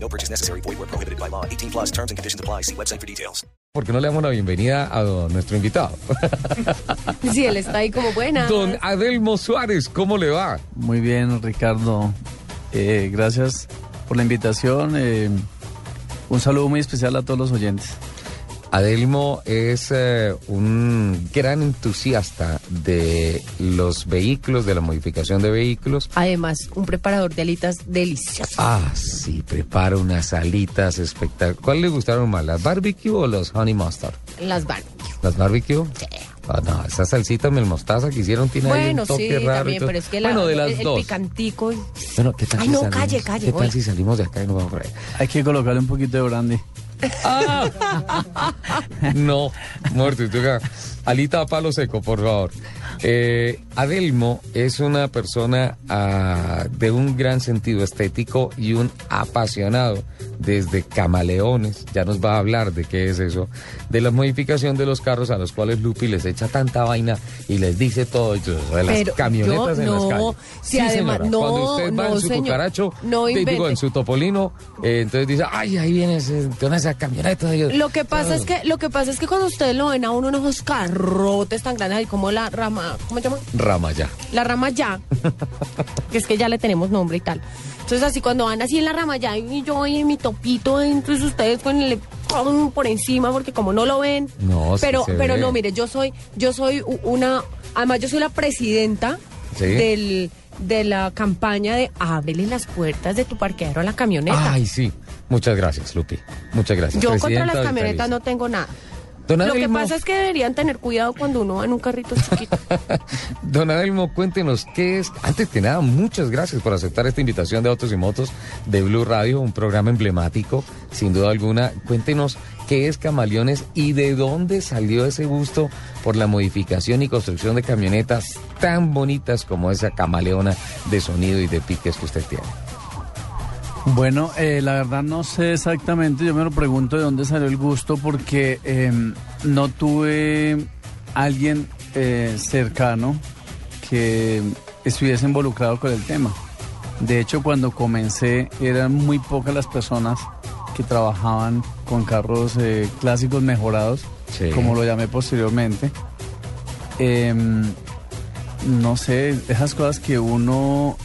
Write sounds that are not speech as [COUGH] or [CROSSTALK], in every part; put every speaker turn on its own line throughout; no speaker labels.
No purchase necessary. Void where prohibited by law. 18 plus terms and conditions apply. See website for details.
¿Por qué no le damos la bienvenida a don- nuestro
[LAUGHS]
invitado?
Sí, él está ahí como buena.
Don Adelmo Suárez, ¿cómo le va?
Muy bien, Ricardo. Eh, gracias por la invitación. eh, un saludo muy especial a todos los oyentes.
Adelmo es eh, un gran entusiasta de los vehículos, de la modificación de vehículos.
Además, un preparador de alitas delicioso.
Ah, sí, prepara unas alitas espectaculares. ¿Cuál le gustaron más, las barbecue o los honey mustard?
Las van.
¿Las barbecue? Sí. Ah, no, esa salsita mel mostaza que hicieron tiene ahí
Bueno,
un toque
sí,
raro. y
también,
todo.
pero es que la-
bueno, de las
el, el
dos. Eh,
picantico. y-
Bueno, ¿qué tal
Ay,
si
no,
salimos-
calle, calle,
¿Qué
voy.
tal si salimos de acá y nos vamos por ahí?
Hay que colocarle un poquito de brandy.
[LAUGHS] No, muerte, toca. Alita a palo seco, por favor. Eh, Adelmo es una persona ah, de un gran sentido estético y un apasionado desde camaleones, ya nos va a hablar de qué es eso, de la modificación de los carros a los cuales Lupi les echa tanta vaina y les dice todo, y todo, de las
Pero
camionetas
yo
en las
no,
calles.
si además-
señora,
no,
cuando usted va
no,
en su
señor,
cucaracho,
no
te digo,
invente.
en su topolino, eh, entonces dice, ay, ahí viene ese- con esa camioneta. "Ah". y-
Lo que pasa es que, lo que pasa es que cuando ustedes lo ven a uno unos carrotes tan grandes ahí como la rama, ¿cómo se llama?
Rama ya.
La
[LAUGHS]
rama ya. que es que ya le tenemos nombre y tal. Entonces así cuando van así en la rama ya y yo ahí en mi topito, entonces ustedes con el ¡pum! por encima porque como no lo ven.
No, sí
pero
se
pero
ve.
no, mire, yo soy yo soy u- una además yo soy la presidenta
Sí.
del de la campaña de ábrele las puertas de tu parqueadero a la camioneta.
Ay, sí. Muchas gracias, Lupi. Muchas gracias.
yo contra
Presidenta
las
del
camionetas no
Cabildo.
tengo nada.
Don
Lo que
Adelmo,
pasa es que deberían tener cuidado cuando uno va en un carrito
[LAUGHS]
chiquito.
Don Adelmo, cuéntenos qué es. Antes que nada, muchas gracias por aceptar esta invitación de Autos y Motos de Blue Radio, un programa emblemático, sin duda alguna. Cuéntenos qué es Camaleones y de dónde salió ese gusto por la modificación y construcción de camionetas tan bonitas como esa camaleona de sonido y de piques que usted tiene.
Bueno, eh, la verdad no sé exactamente, yo me lo pregunto de dónde salió el gusto porque eh, no tuve alguien eh, cercano que estuviese involucrado con el tema. De hecho, cuando comencé eran muy pocas las personas que trabajaban con carros eh, clásicos mejorados,
Sí.
como lo llamé posteriormente. Em, no sé, esas cosas que uno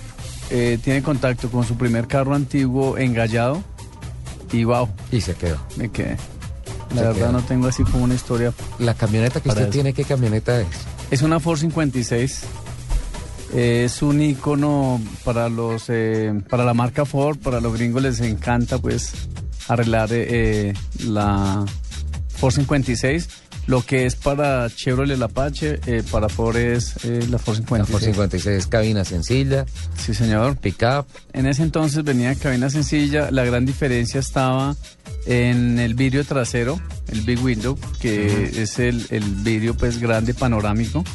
eh, tiene contacto con su primer carro antiguo engallado y wow,
Y se quedó.
me quedé.
Se
La verdad
quedó.
no tengo así como una historia.
La camioneta que
Para
usted
eso.
tiene, ¿qué camioneta es?
Es una Ford 56. eh, Es un icono para los eh, para la marca Ford, para los gringos les encanta pues arreglar eh, eh, la Ford 56. Lo que es para Chevrolet el Apache, eh, para Ford es eh, la Ford
La
56.
Ford 56, cabina sencilla,
Sí, señor.
pickup.
En ese entonces venía en cabina sencilla, la gran diferencia estaba en el vidrio trasero, el big window, que es el, el vidrio pues grande panorámico.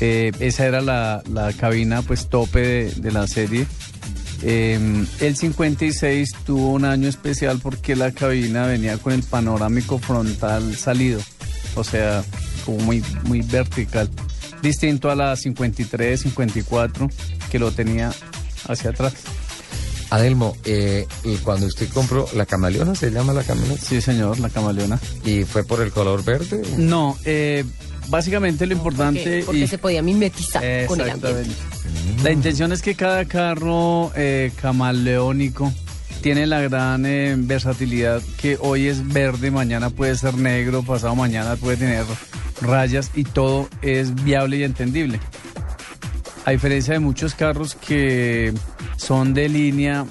Eh, esa era la, la cabina pues tope de, de la serie. Eh, el 56 tuvo un año especial porque la cabina venía con el panorámico frontal salido, o sea, como muy, muy vertical. Distinto a la 53, 54 que lo tenía hacia atrás.
Adelmo, eh, y cuando usted compró la camaleona, se llama la camioneta,
Sí, señor, la camaleona.
y fue por el color verde.
No, eh, básicamente lo importante
porque, porque
y-
se podía mimetizar con el ambiente.
Exactamente. La intención es que cada carro eh, camaleónico tiene la gran eh, versatilidad que hoy es verde, mañana puede ser negro, pasado mañana puede tener rayas y todo es viable y entendible. A diferencia de muchos carros que son de línea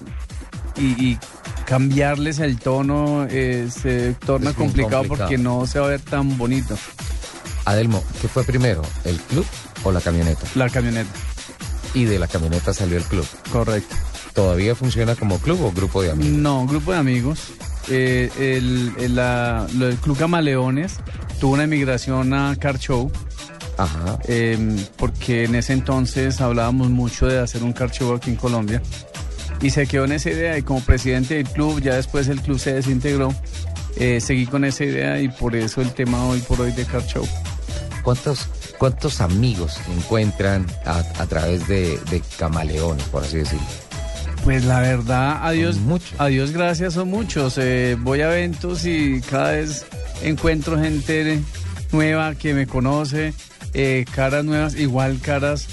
y, y cambiarles el tono eh, se torna
Es bien
complicado,
complicado.
porque no se va a ver tan bonito
Adelmo, ¿qué fue primero, el club o la camioneta?
la camioneta.
Y de la camioneta salió el club.
Correcto. Mm.
¿Todavía funciona como club o grupo de amigos?
No, grupo de amigos. eh, el, el- la- lo del Club Camaleones tuvo una emigración a Car Show,
Ajá.
eh, porque en ese entonces hablábamos mucho de hacer un car show aquí en Colombia. Y se quedó en esa idea y como presidente del club, ya después el club se desintegró, eh, seguí con esa idea y por eso el tema hoy por hoy de car show.
¿Cuántos, cuántos amigos encuentran a, a través de, de camaleones, por así decirlo?
Pues la verdad, a Dios,
muchos.
a Dios gracias, son muchos. Eh, voy a eventos y cada vez encuentro gente nueva que me conoce, eh, caras nuevas, igual caras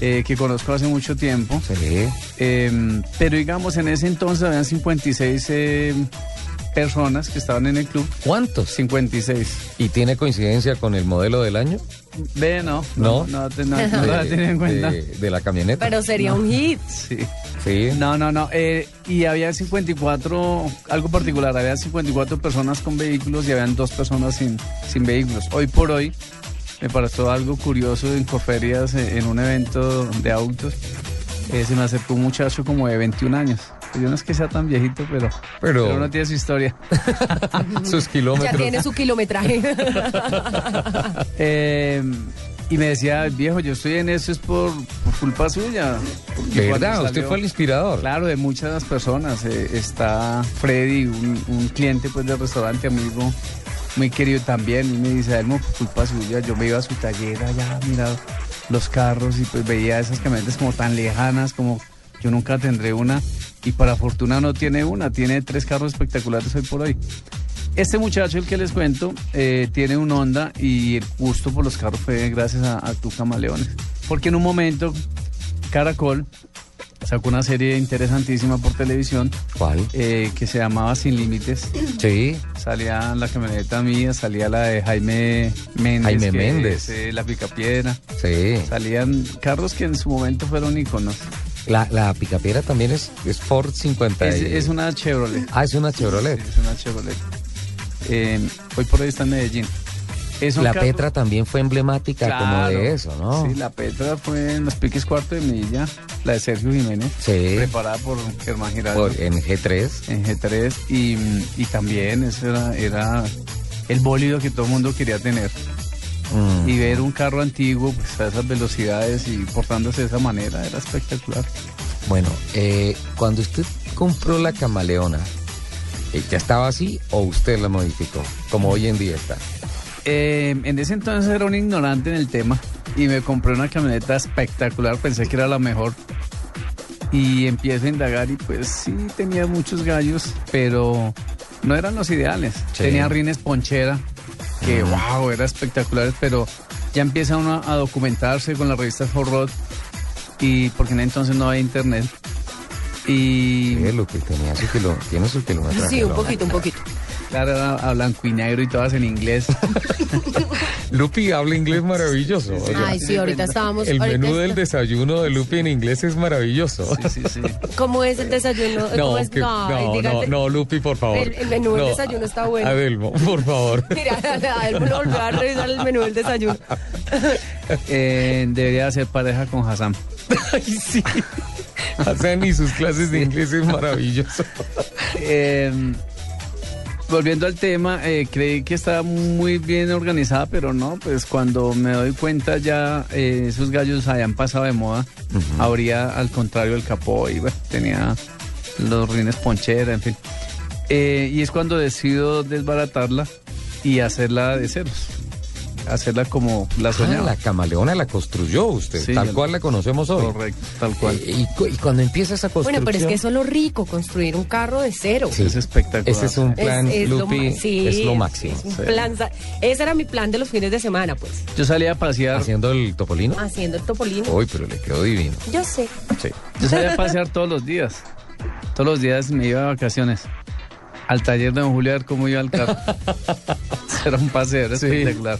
eh, que conozco hace mucho tiempo.
Sí.
Eh, pero digamos, en ese entonces habían 56 eh, personas que estaban en el club.
¿Cuántos?
56.
¿Y tiene coincidencia con el modelo del año?
Ve, no.
No.
No, te- no, [LAUGHS] no lo había
De-
tenido en cuenta.
De, de la camioneta.
Pero sería un hit.
Sí.
sí.
No, no, no. eh, y había 54, algo particular, había 54 personas con vehículos y habían dos personas sin, sin vehículos. Hoy por hoy me pareció algo curioso en Corferias, eh, en un evento de autos, eh, se me acercó un muchacho como de 21 años. Pues Yo no es que sea tan viejito, pero,
Pero-
no tiene su historia. [LAUGHS]
Sus
Ya
kilómetros.
tiene
[LAUGHS]
su kilometraje.
Eh, y me decía, viejo, yo estoy en eso, es por, por culpa suya. Porque
¿Verdad?
cuando
Usted
salió-
fue el inspirador.
Claro, de muchas de las personas. eh, está Freddy, un, un cliente pues del restaurante, amigo, muy querido también. Y me dice, Adelmo, por culpa suya, yo me iba a su taller allá, mira los carros y pues veía esas camionetas como tan lejanas, como yo nunca tendré una. Y para fortuna no tiene una, tiene tres carros espectaculares hoy por hoy. Este muchacho, el que les cuento, eh, tiene un Honda y el gusto por los carros fue gracias a, a tu camaleones. Porque en un momento, Caracol sacó una serie interesantísima por televisión
¿Cuál?
eh, que se llamaba Sin Límites.
Sí.
Salía la camioneta mía, salía la de Jaime Méndez.
Jaime
que
Méndez.
es, eh, la Picapiedra.
Sí.
Salían carros que en su momento fueron iconos.
La, la picapiedra también es, es Ford 50.
Es,
y-
es una Chevrolet.
Ah, es una Chevrolet.
Sí, es una Chevrolet. Eh, hoy por hoy está en Medellín. Es un
La
carro-
Petra también fue emblemática como
Claro.
de eso, ¿no?
Sí, la Petra fue en los piques cuarto de milla, la de Sergio Jiménez,
Sí.
preparada por Germán Giraldo.
Por- en G3.
en G3 y, y también eso era, era el bólido que todo el mundo quería tener.
Mm.
Y ver un carro antiguo pues, a esas velocidades y portándose de esa manera era espectacular.
Bueno, eh, cuando usted compró la camaleona, eh, ¿ya estaba así o usted la modificó? Como hoy en día está.
Eh, en ese entonces era un ignorante en el tema y me compré una camioneta espectacular, pensé que era la mejor. Y empiezo a indagar y pues sí tenía muchos gallos, pero no eran los ideales.
Sí.
Tenía rines ponchera, que wow, era espectacular, pero ya empieza uno a documentarse con las revistas Forrod y porque en entonces no había internet. Y
Sí, lo que tenía su kilo- tiene su kilometraje.
Sí, un
¿no?
poquito, un poquito.
claro, era a blanco y negro y todas
[LAUGHS]
en inglés.
Lupi habla inglés maravilloso. o sea,
Ay, sí, ahorita estábamos.
el
ahorita
menú del
está-
desayuno de Lupi en inglés es maravilloso. [LAUGHS]
Sí, sí, sí.
¿Cómo es el desayuno? ¿Cómo es?
que-
ay,
no, no,
dígale.
no, Lupi, por favor.
El- el menú del
No,
desayuno está bueno.
Adelmo, por
[LAUGHS]
favor.
Mira, a él volvió a revisar el menú del desayuno.
Eh, debería hacer pareja con Hassan.
Ay, sí. Hacen y sus clases de inglés es maravilloso.
Eh, volviendo al tema, eh, creí que estaba muy bien organizada, pero no, pues cuando me doy cuenta ya eh, esos gallos habían pasado de moda. Abría al contrario el capó y bueno, tenía los rines ponchera, en fin. Eh, y es cuando decido desbaratarla y hacerla de ceros. Hacerla como la
Ah,
soñaba.
la camaleona la construyó usted,
Sí,
tal
yo-
cual la conocemos hoy.
Correcto, tal cual.
Eh, Y, cu- y cuando empieza esa
Bueno,
construcción...
pero es que eso es lo rico, construir un carro de cero.
Sí.
Es espectacular.
Ese es un
Es-
plan,
es lo
Lupi,
ma- sí,
es lo
es-
máximo.
es un plan sa- ese era mi plan de los fines de semana, pues.
Yo salía a pasear
Haciendo el topolino.
Haciendo el topolino.
Uy, pero le quedó divino.
Yo sé.
Yo salía a pasear todos los días. Todos los días me iba de vacaciones. Al taller de Don Julio a ver cómo iba el carro. Era un paseo, era espectacular.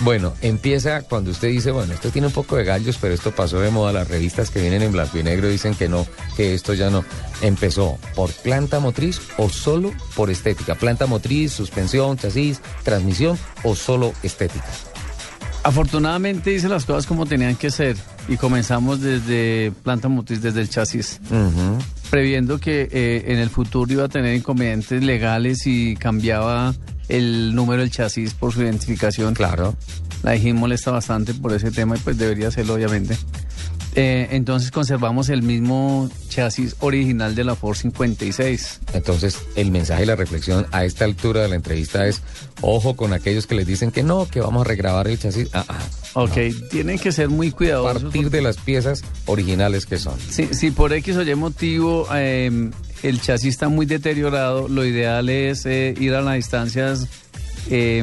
Bueno, empieza cuando usted dice, bueno, esto tiene un poco de gallos, pero esto pasó de moda. Las revistas que vienen en blanco y negro dicen que no, que esto ya no. ¿Empezó por planta motriz o solo por estética? ¿Planta motriz, suspensión, chasis, transmisión o solo estética?
Afortunadamente hice las cosas como tenían que ser y comenzamos desde planta motriz, desde el chasis.
Ujú.
previendo que eh, en el futuro iba a tener inconvenientes legales y cambiaba el número del chasis por su identificación.
Claro.
La Ejín molesta bastante por ese tema y pues debería hacerlo obviamente. Eh, entonces conservamos el mismo chasis original de la Ford 56.
Entonces, el mensaje y la reflexión a esta altura de la entrevista es, ojo con aquellos que les dicen que no, que vamos a regrabar el chasis. Ah, ah,
Ok, tienen que ser muy
a
cuidadosos.
partir de las piezas originales que son.
Si, si por X o Y motivo eh, el chasis está muy deteriorado, lo ideal es eh, ir a las distancias eh,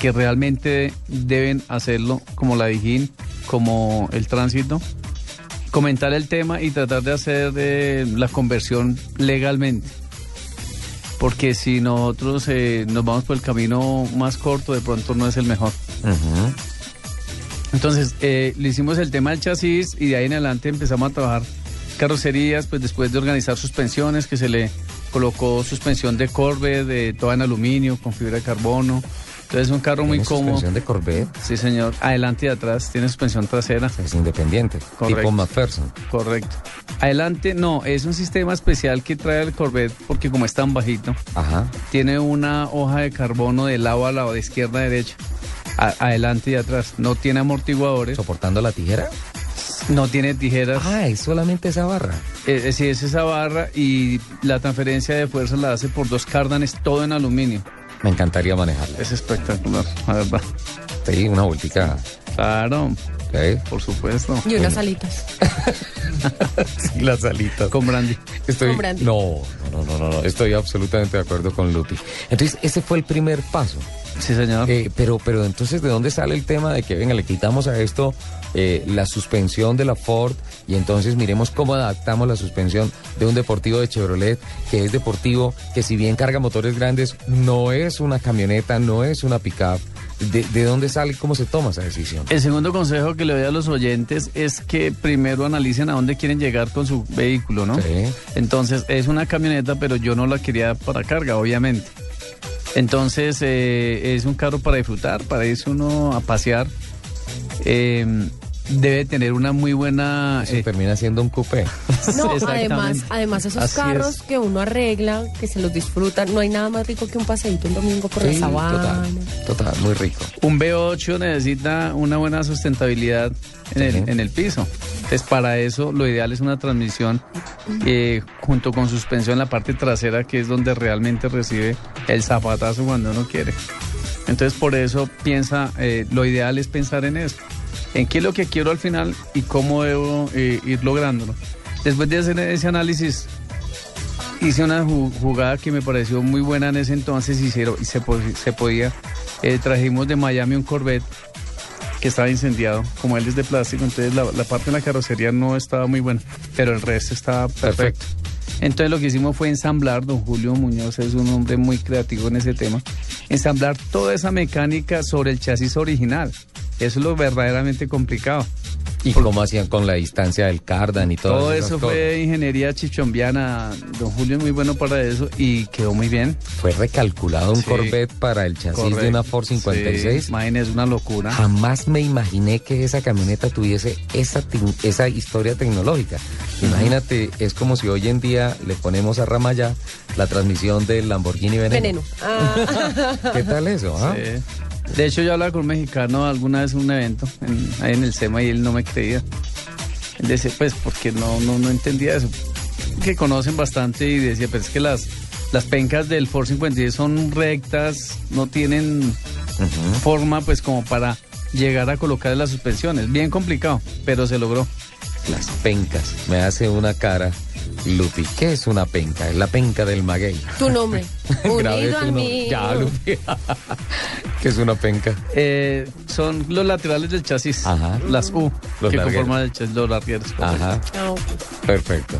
que realmente deben hacerlo, como la Dijín, como el tránsito. Comentar el tema y tratar de hacer eh, la conversión legalmente. Porque si nosotros eh, nos vamos por el camino más corto, de pronto no es el mejor.
Ujú.
Entonces, eh, le hicimos el tema del chasis y de ahí en adelante empezamos a trabajar carrocerías, pues después de organizar suspensiones, que se le colocó suspensión de Corvette, de toda en aluminio, con fibra de carbono. Entonces, un carro muy
Tiene
cómodo.
Suspensión de Corvette,
Sí, señor. Adelante y atrás, tiene suspensión trasera.
es independiente,
Correcto.
tipo McPherson.
Correcto. Adelante, no, es un sistema especial que trae el Corvette porque como es tan bajito,
Ajá.
tiene una hoja de carbono de lado a lado, de izquierda a derecha, a- adelante y atrás. No tiene amortiguadores,
¿Soportando la tijera?
no tiene tijeras.
Ah, es solamente esa barra.
Eh, eh, sí, es esa barra y la transferencia de fuerza la hace por dos cárdanes, todo en aluminio.
Me encantaría manejarla.
Es espectacular, la verdad.
Sí, una vueltica.
Claro,
¿eh?
por supuesto.
Y unas alitas.
Sí, [LAUGHS] las alitas.
Con Brandy.
Estoy,
Con brandy.
no, no, no, no, no, estoy absolutamente de acuerdo con Lupi. Entonces, ese fue el primer paso.
Sí, señor.
Eh, pero, pero entonces, ¿de dónde sale el tema de que, venga, le quitamos a esto eh, la suspensión de la Ford y entonces miremos cómo adaptamos la suspensión de un deportivo de Chevrolet que es deportivo, que si bien carga motores grandes, no es una camioneta, no es una pickup? ¿De, de dónde sale y cómo se toma esa decisión?
El segundo consejo que le doy a los oyentes es que primero analicen a dónde quieren llegar con su vehículo, ¿no?
Sí.
Entonces, es una camioneta, pero yo no la quería para carga, obviamente. Entonces, eh, es un carro para disfrutar, para irse uno a pasear. Eh, debe tener una muy buena...
Eso
eh,
termina siendo un coupé.
[LAUGHS]
[LAUGHS]
No,
Exactamente.
además, además esos
Así
carros
es.
que uno arregla, que se los disfrutan, no hay nada más rico que un paseíto el domingo por la
Sí,
sabana.
total, total, muy rico.
Un V8 necesita una buena sustentabilidad en,
Ujú.
el, en el piso. Entonces, para eso lo ideal es una transmisión eh, junto con suspensión en la parte trasera, que es donde realmente recibe el zapatazo cuando uno quiere. Entonces, por eso piensa, eh, lo ideal es pensar en eso. En qué es lo que quiero al final y cómo debo eh, ir lográndolo. Después de hacer ese análisis, hice una ju- jugada que me pareció muy buena en ese entonces y se, y se po- se podía. Eh, trajimos de Miami un Corvette que estaba incendiado, como él es de plástico, entonces la, la parte de la carrocería no estaba muy buena, pero el resto estaba perfecto.
Perfecto.
Entonces lo que hicimos fue ensamblar, don Julio Muñoz es un hombre muy creativo en ese tema, ensamblar toda esa mecánica sobre el chasis original. Eso es lo verdaderamente complicado.
¿Y cómo hacían con la distancia del cardan y todo
Todo eso fue ingeniería chichombiana. Don Julio es muy bueno para eso y quedó muy bien.
Fue recalculado un
Sí.
Corvette para el chasis de una Ford 56.
Sí, imagínese, una locura.
Ah. Jamás me imaginé que esa camioneta tuviese esa, tin- esa historia tecnológica. Imagínate, es como si hoy en día le ponemos a Ramaya la transmisión del Lamborghini Veneno.
Veneno. Ah,
¿Qué tal eso? ah?
Sí. De hecho, yo hablaba con un mexicano alguna vez en un evento en, ahí en el SEMA y él no me creía. Él decía, pues, porque no, no, no entendía eso. Que conocen bastante y decía, pero es que las, las pencas del Ford 56 son rectas, no tienen forma, pues, como para llegar a colocar las suspensiones. Bien complicado, pero se logró.
Las pencas. Me hace una cara. Lupi, ¿qué es una penca? Es la penca del maguey.
tu
[LAUGHS]
nombre.
Grabé
Unido
tu
a
nombre.
mí.
Ya, Lupi. [LAUGHS] ¿Qué es una penca?
Eh, son los laterales del chasis,
Ajá.
las U,
Los
que
largueros.
conforman el chasis, los largueros.
Ajá.
No.
Perfecto.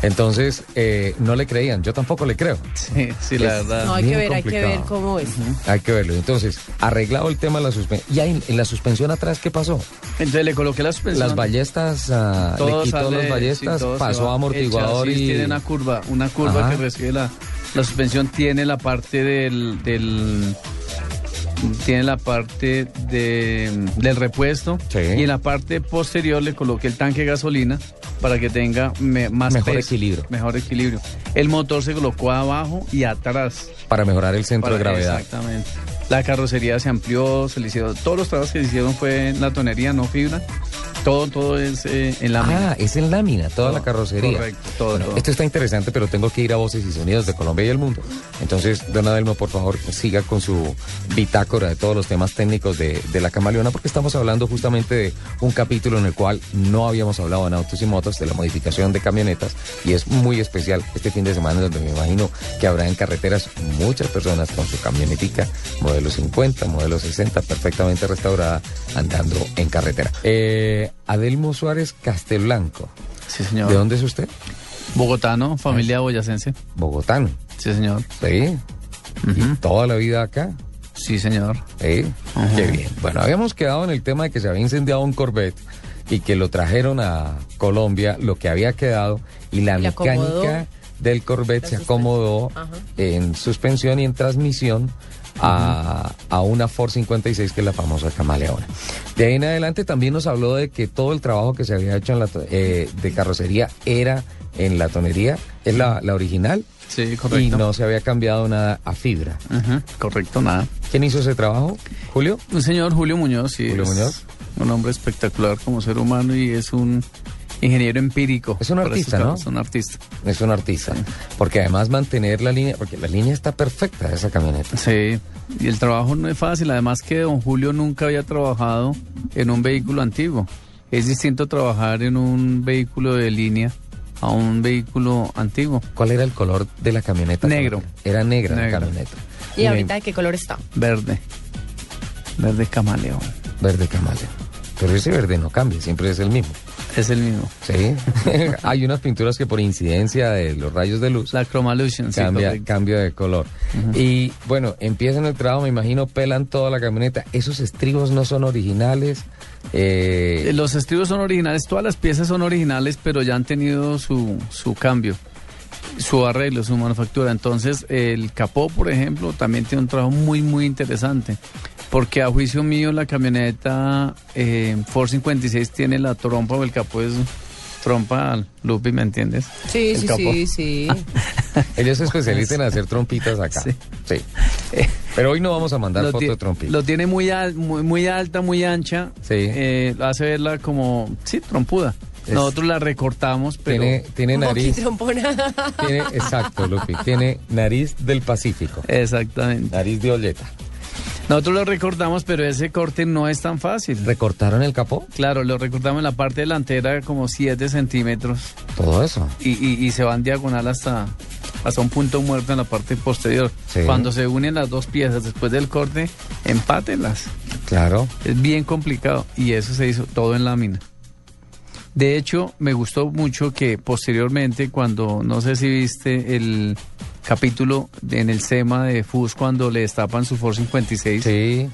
Entonces, eh, no le creían, yo tampoco le creo.
[LAUGHS] Sí, sí, la verdad.
No, hay que
Bien
ver, hay que ver
complicado.
cómo es.
Hay que verlo. Entonces, arreglado el tema de la suspensión. ¿Y ahí en, en la suspensión atrás qué pasó?
Entonces le coloqué la suspensión.
Las ballestas, ah,
Pues Todo
le quitó
sale,
las ballestas,
sí, todo se
pasó
va.
a amortiguador
El chasis
y...
tiene una curva, una curva
Ajá.
que recibe la, la suspensión tiene la parte del, del- tiene la parte de- del repuesto
Sí.
y en la parte posterior le coloqué el tanque de gasolina para que tenga me- más
Mejor
peso,
equilibrio.
Mejor equilibrio. El motor se colocó abajo y atrás.
para mejorar el centro de
Para-
gravedad.
Exactamente. La carrocería se amplió, se le hicieron. Todos los trabajos que se hicieron fue en la tonería, no fibra. Todo, todo es eh, en la mina.
Ah, es en lámina, toda
Todo,
la carrocería.
correcto, todo,
Bueno,
todo.
Esto está interesante, pero tengo que ir a Voces y Sonidos de Colombia y el Mundo. Entonces, don Adelmo, por favor, siga con su bitácora de todos los temas técnicos de, de la camaleona, porque estamos hablando justamente de un capítulo en el cual no habíamos hablado en autos y motos de la modificación de camionetas, y es muy especial este fin de semana, donde me imagino que habrá en carreteras muchas personas con su camionetica, modelo 50, modelo 60, perfectamente restaurada, andando en carretera. Eh, Adelmo Suárez Castelblanco.
Sí, señor.
Ah, ¿De dónde es usted?
Bogotano, familia boyacense.
Bogotano.
Sí, señor.
Sí. Y toda la vida acá.
Sí, señor.
Sí.
Ajá.
Qué bien. Bueno, habíamos quedado en el tema de que se había incendiado un Corvette y que lo trajeron a Colombia, lo que había quedado, y la
Le acomodó.
mecánica del Corvette
La
se acomodó
suspensión. Ajá.
en suspensión y en transmisión a, a una Ford 56 que es la famosa camaleona. De ahí en adelante también nos habló de que todo el trabajo que se había hecho en la, to- eh, de carrocería era en la tonería, es la, la original,
Sí,
y
correcto.
no se había cambiado nada a fibra.
Ujú, Correcto, nada.
¿Quién hizo ese trabajo? Julio.
Un señor Julio Muñoz, sí.
Julio
es
Muñoz.
Un hombre espectacular como ser humano y es un ingeniero empírico.
Es un
Para
artista,
estos
¿no?
casos, Es un artista.
Es un artista. Porque además mantener la línea, porque la línea está perfecta de esa camioneta.
Sí, y el trabajo no es fácil. Además que don Julio nunca había trabajado en un vehículo antiguo. Es distinto trabajar en un vehículo de línea a un vehículo antiguo.
¿Cuál era el color de la camioneta?
Negro.
Era negra la
Negro.
camioneta.
¿Y
me-
ahorita de qué color está?
Verde. Verde camaleón.
Verde camaleón. Pero ese verde no cambia, siempre es el mismo.
Es el mismo.
Sí. [LAUGHS] Hay unas pinturas que por incidencia de los rayos de luz
La Chromalution, sí,
cambia,
correcto.
cambia de color. Y bueno, empiezan el trabajo, me imagino, pelan toda la camioneta. Esos estribos no son originales. eh,
Eh, Los estribos son originales, todas las piezas son originales, pero ya han tenido su, su cambio, su arreglo, su manufactura. Entonces, el capó, por ejemplo, también tiene un trabajo muy, muy interesante. Porque a juicio mío, la camioneta eh, Ford 56 tiene la trompa o el capó es trompa, Lupi, ¿me entiendes?
Sí,
El
sí,
capó.
[LAUGHS]
sí, sí.
Ellos se especializan en hacer
[LAUGHS]
trompitas acá. Sí.
Sí.
Pero hoy no vamos a mandar
lo
foto
tie-
de trompita.
Lo tiene muy, al- muy, muy alta, muy ancha.
Sí.
Eh, lo hace verla como, sí, trompuda.
Es-
Nosotros la recortamos, pero...
tiene, tiene
Un
nariz.
poquito [LAUGHS]
[LAUGHS]
Ah, trompona.
Tiene, exacto, Lupi. Tiene nariz del Pacífico.
Exactamente.
Nariz de oleta.
Nosotros lo recortamos, pero ese corte no es tan fácil.
¿Recortaron el capó?
Claro, lo recortamos en la parte delantera como 7 centímetros
Todo eso.
y, y- y se van diagonal hasta, hasta un punto muerto en la parte posterior.
Sí.
Cuando se unen las dos piezas después del corte, empátenlas.
Claro.
Es bien complicado y eso se hizo todo en lámina. De hecho, me gustó mucho que posteriormente, cuando no sé si viste el capítulo de- en el SEMA de FUS, cuando le destapan su Ford 56,
Sí.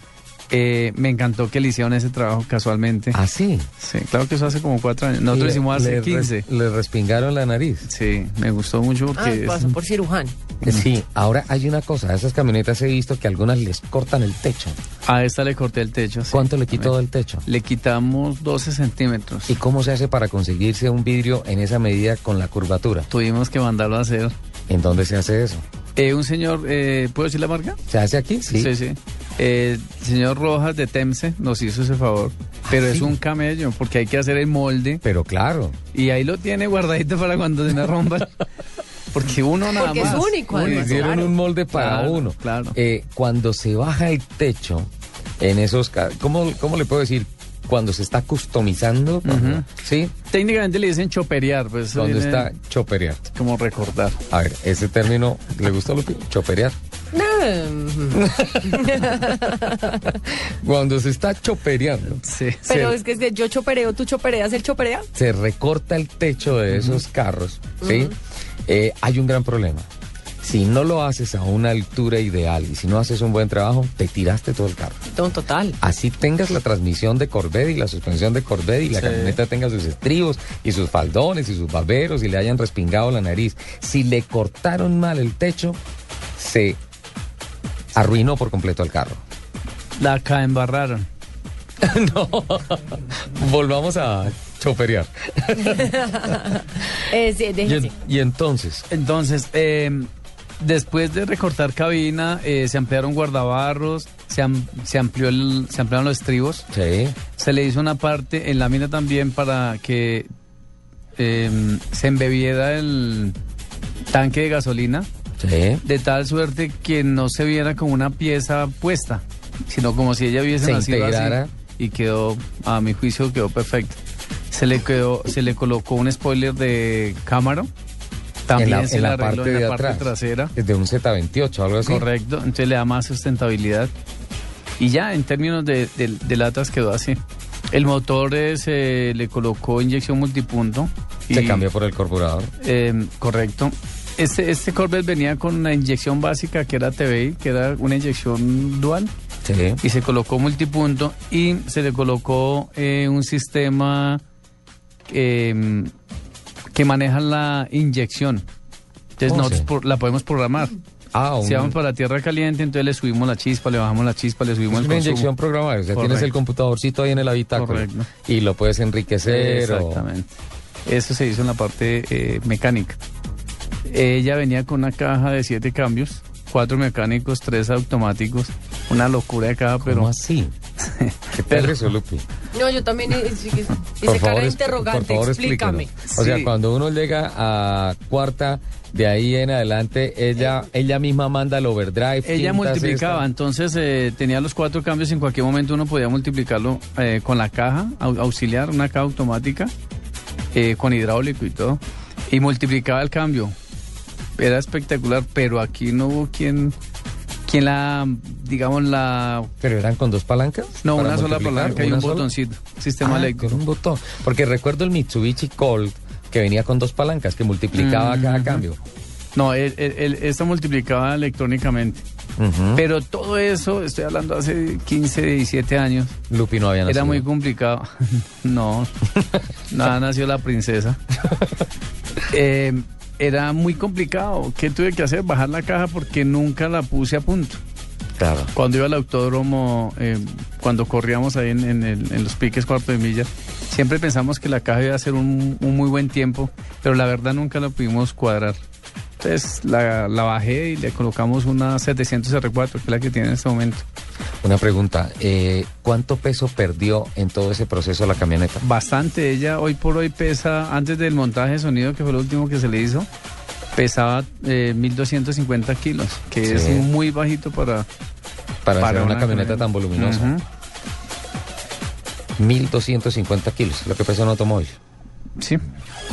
eh, me encantó que le hicieron ese trabajo casualmente.
Así.
Sí, claro que eso hace como cuatro años. Nosotros
Ah. Le-
hicimos hace
le
15.
res- Le respingaron la nariz.
Sí, me gustó mucho porque...
Ah,
es-
pasó por cirujano.
Mm.
Sí, ahora hay una cosa. A esas camionetas he visto que algunas les cortan el techo.
A esta le corté el techo. sí.
¿Cuánto le quitó del techo?
Le quitamos 12 centímetros.
¿Y cómo se hace para conseguirse un vidrio en esa medida con la curvatura?
Tuvimos que mandarlo a hacer.
¿En dónde se hace eso?
Eh, un señor, eh, ¿puedo decir la marca?
¿Se hace aquí? Sí.
sí. Eh, el señor Rojas de Temse nos hizo ese favor. Pero es
Ah, sí.
un camello porque hay que hacer el molde.
Pero claro,
Y ahí lo tiene guardadito para cuando se me
[LAUGHS]
rompa. Porque uno nada
Porque es
más.
único,
Uno.
además.
hicieron
claro.
un molde para
Claro,
uno.
claro.
Eh, cuando se baja el techo, en esos ca- ¿cómo, ¿cómo le puedo decir? Cuando se está customizando, cuando-
Ujú.
¿sí?
Técnicamente le dicen choperear, pues eso
Cuando
viene
está choperear.
como recordar.
A ver, ese término, ¿le gusta Lupi? Choperear.
No,
Cuando se está chopereando,
Sí.
Pero
Sí.
es que es que yo chopereo, tú chopereas, él choperea.
se recorta el techo de esos carros, ¿sí? Eh, hay un gran problema. Si no lo haces a una altura ideal y si no haces un buen trabajo, te tiraste todo el carro.
Todo en total.
Así tengas la transmisión de Corvette y la suspensión de Corvette y la
Sí.
camioneta tenga sus estribos y sus faldones y sus baberos y le hayan respingado la nariz. Si le cortaron mal el techo, se arruinó por completo el carro.
La caembarraron.
no, volvamos a choferear.
Eh, sí,
Y,
deje
en-
así.
y entonces,
Entonces, eh, después de recortar cabina, eh, se ampliaron guardabarros, se, am- se, amplió el- se ampliaron los estribos,
sí,
se le hizo una parte en la mina también para que eh, se embebiera el tanque de gasolina,
sí.
de tal suerte que no se viera como una pieza puesta, sino como si ella hubiese
Se
nacido así.
integrara.
Y quedó, a mi juicio, quedó perfecto. Se le, quedó, se le colocó un spoiler de cámara. También se le arregló en la parte trasera.
De un Z28, algo así.
Correcto, entonces le da más sustentabilidad. Y ya, en términos de, de- de latas quedó así. El motor eh, se le colocó inyección multipunto. y,
Se cambió por el carburador.
eh, correcto. Este, este Corvette venía con una inyección básica que era TBI, que era una inyección dual,
Sí.
y se colocó multipunto y se le colocó eh, un sistema eh, que maneja la inyección. Entonces
Oh,
nosotros
sí.
por- la podemos programar.
Ah, un-
Si vamos para tierra caliente, entonces le subimos la chispa, le bajamos la chispa, le subimos
es
el
una
consumo.
inyección programada. O sea, tienes
Correcto.
el computadorcito ahí en el habitáculo.
Correcto.
Y lo puedes enriquecer. o-
Exactamente. Eso se hizo en la parte eh, mecánica. Ella venía con una caja de siete cambios, cuatro mecánicos, tres automáticos. Una locura de caja,
¿Cómo
pero [LAUGHS]
así? ¿Qué tal
Pero-
eso, Lupi?
No, yo también eh, sí, que-
Por
hice cara de
favor,
interrogante,
por favor,
explícame.
explíquenos. O sea,
Sí.
cuando uno llega a cuarta, de ahí en adelante, ella ella misma manda el overdrive.
ella
quinta,
multiplicaba,
sexta.
entonces eh, tenía los cuatro cambios. En cualquier momento uno podía multiplicarlo eh, con la caja au- auxiliar, una caja automática, eh, con hidráulico y todo. Y multiplicaba el cambio. Era espectacular, pero aquí no hubo quien, quien la, digamos, la
Pero eran con dos palancas.
No,
para
una sola
multiplicar,
palanca y un
una sola.
botoncito. Sistema
Ah,
eléctrico.
con un botón. Porque recuerdo el Mitsubishi Colt que venía con dos palancas que
Mm.
multiplicaba cada cambio.
No, él, él- él- esta multiplicaba electrónicamente.
Ujú.
Pero todo eso, estoy hablando hace 15, 17 años,
Lupi no había nacido.
era muy complicado. [LAUGHS] no, nada, nació
[LAUGHS]
la princesa. Eh, era muy complicado. ¿Qué tuve que hacer? Bajar la caja porque nunca la puse a punto.
Claro.
Cuando iba al autódromo, eh, cuando corríamos ahí en, en el- en los piques cuarto de milla, siempre pensamos que la caja iba a ser un, un muy buen tiempo, pero la verdad nunca la pudimos cuadrar. Entonces la, la bajé y le colocamos una 700 R4, que es la que tiene en este momento.
Una pregunta. eh, ¿Cuánto peso perdió en todo ese proceso la camioneta?
Bastante, ella hoy por hoy pesa, antes del montaje de sonido, que fue lo último que se le hizo, pesaba eh, 1.250 kilos, que es
Sí.
muy bajito para,
Para,
para
hacer una, camioneta tan voluminosa.
Ujú.
1.250 kilos, lo que pesa un automóvil.
Sí,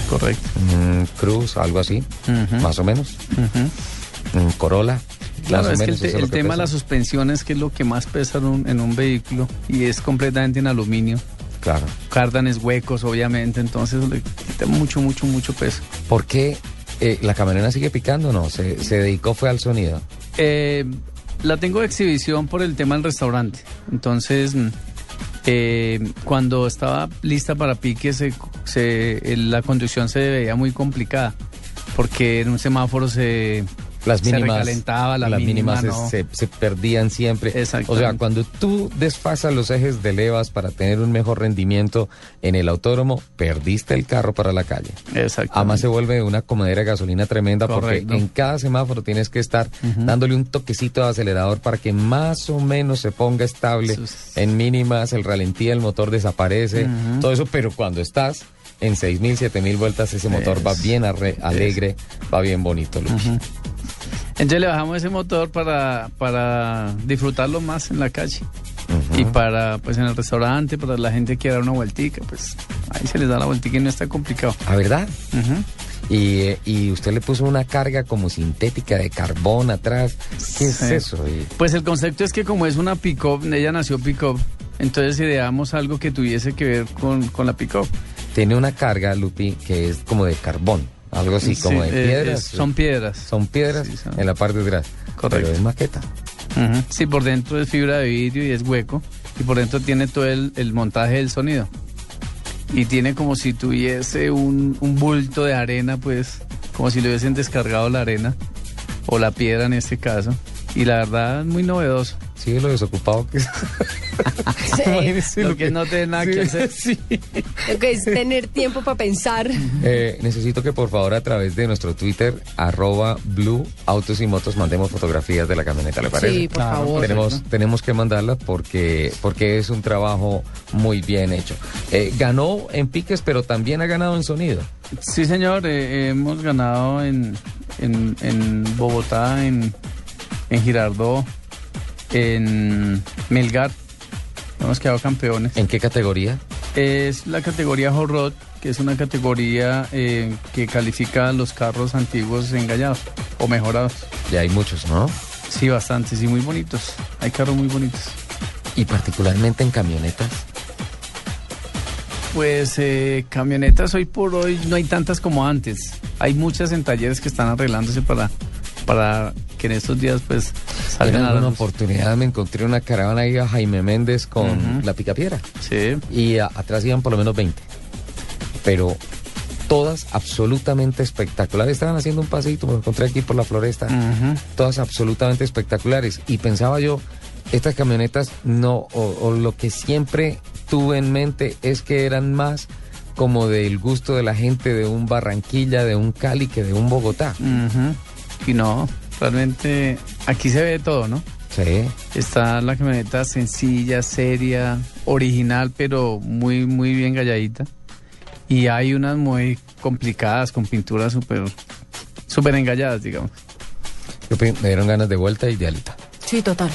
correcto.
Un Cruz, algo así,
Ujú.
más o menos.
Ujú.
Un Corolla.
Claro,
más o
es que
menos,
el, te-
eso es lo
el
que
tema de
pesa.
las suspensiones, que es lo que más pesa en un, en un vehículo, y es completamente en aluminio.
Claro.
Cárdanes huecos, obviamente, entonces le quita mucho, mucho, mucho peso.
¿Por qué eh, la camioneta sigue picando o no? Se, se dedicó fue al sonido.
Eh, la tengo de exhibición por el tema del restaurante. Entonces, mm, eh, cuando estaba lista para pique, se, se- eh, la conducción se veía muy complicada, porque en un semáforo se...
Las
Se
mínimas,
recalentaba, la
las mínimas
mínima, no.
se, se- se perdían siempre. O sea,
Exactamente.
cuando tú desfasas los ejes de levas para tener un mejor rendimiento en el autódromo, perdiste el carro para la calle.
Exacto.
Además se vuelve una comedera de gasolina tremenda
Correcto.
porque en cada semáforo tienes que estar dándole un toquecito de acelerador para que más o menos se ponga estable
Sus-
en mínimas, el ralentí del motor desaparece, todo eso, pero cuando estás en 6.000, 7.000 vueltas ese motor va
Es-
bien arre- alegre, va bien bonito, Lupi.
Entonces le bajamos ese motor para, para disfrutarlo más en la calle. Y para, pues en el restaurante, para la gente que dar una vueltica, pues ahí se les da la vueltica y no está complicado.
¿A verdad?
Ujú.
Y, eh, y usted le puso una carga como sintética de carbón atrás. ¿Qué es
Sí.
eso? Y-
Pues el concepto es que como es una pick-up, ella nació pick-up, entonces ideamos algo que tuviese que ver con, con la pick-up.
tiene una carga, Lupi, que es como de carbón, algo así, Pues como de
eh,
piedras.
es- son piedras.
son piedras
Sí, son-
en la parte de atrás.
Correcto.
Pero es maqueta.
Ujú. Sí, por dentro es fibra de vidrio y es hueco. Y por dentro tiene todo el, el montaje del sonido. Y tiene como si tuviese un, un bulto de arena, pues, como si le [LAUGHS] hubiesen descargado la arena o la piedra en este caso. Y la verdad, muy novedoso.
Sí, lo desocupado
[LAUGHS]
que es.
[LAUGHS]
[LAUGHS] Imagínese
Lo que no tiene nada que [LAUGHS] hacer.
Sí.
Lo que es tener tiempo para pensar.
Eh, necesito que por favor a través de nuestro Twitter, arroba blue autos y motos, mandemos fotografías de la camioneta, ¿le parece?
Sí, por
Claro,
favor.
Tenemos, tenemos que mandarla porque, porque es un trabajo muy bien hecho. Eh, ganó en piques, pero también ha ganado en sonido.
Sí, señor, eh, hemos ganado en, en, en Bogotá, en, en Girardó, en Melgar. Hemos quedado campeones.
¿En qué categoría?
Es la categoría Hot Rod, que es una categoría eh, que califica los carros antiguos engallados o mejorados.
Ya hay muchos, ¿no?
Sí, bastantes y muy bonitos. Hay carros muy bonitos.
Y particularmente en camionetas.
Pues eh, camionetas hoy por hoy no hay tantas como antes. Hay muchas en talleres que están arreglándose para, para que en estos días pues
En
salgan a la
alguna
luz.
oportunidad me encontré una caravana ahí a Jaime Méndez con
Ujú.
la picapiedra.
Sí,
y a- atrás iban por lo menos 20. Pero todas absolutamente espectaculares. Estaban haciendo un paseíto, me lo encontré aquí por la floresta.
Ujú.
Todas absolutamente espectaculares. Y pensaba yo, estas camionetas no, o, o lo que siempre tuve en mente es que eran más como del gusto de la gente de un Barranquilla, de un Cali, que de un Bogotá.
ujú. Y no, realmente aquí se ve de todo, ¿no?
Sí.
Está la camioneta sencilla, seria, original, pero muy, muy bien galladita. Y hay unas muy complicadas, con pinturas súper súper engalladas, digamos.
Yo pe- Me dieron ganas de vuelta y de alita.
Sí, total.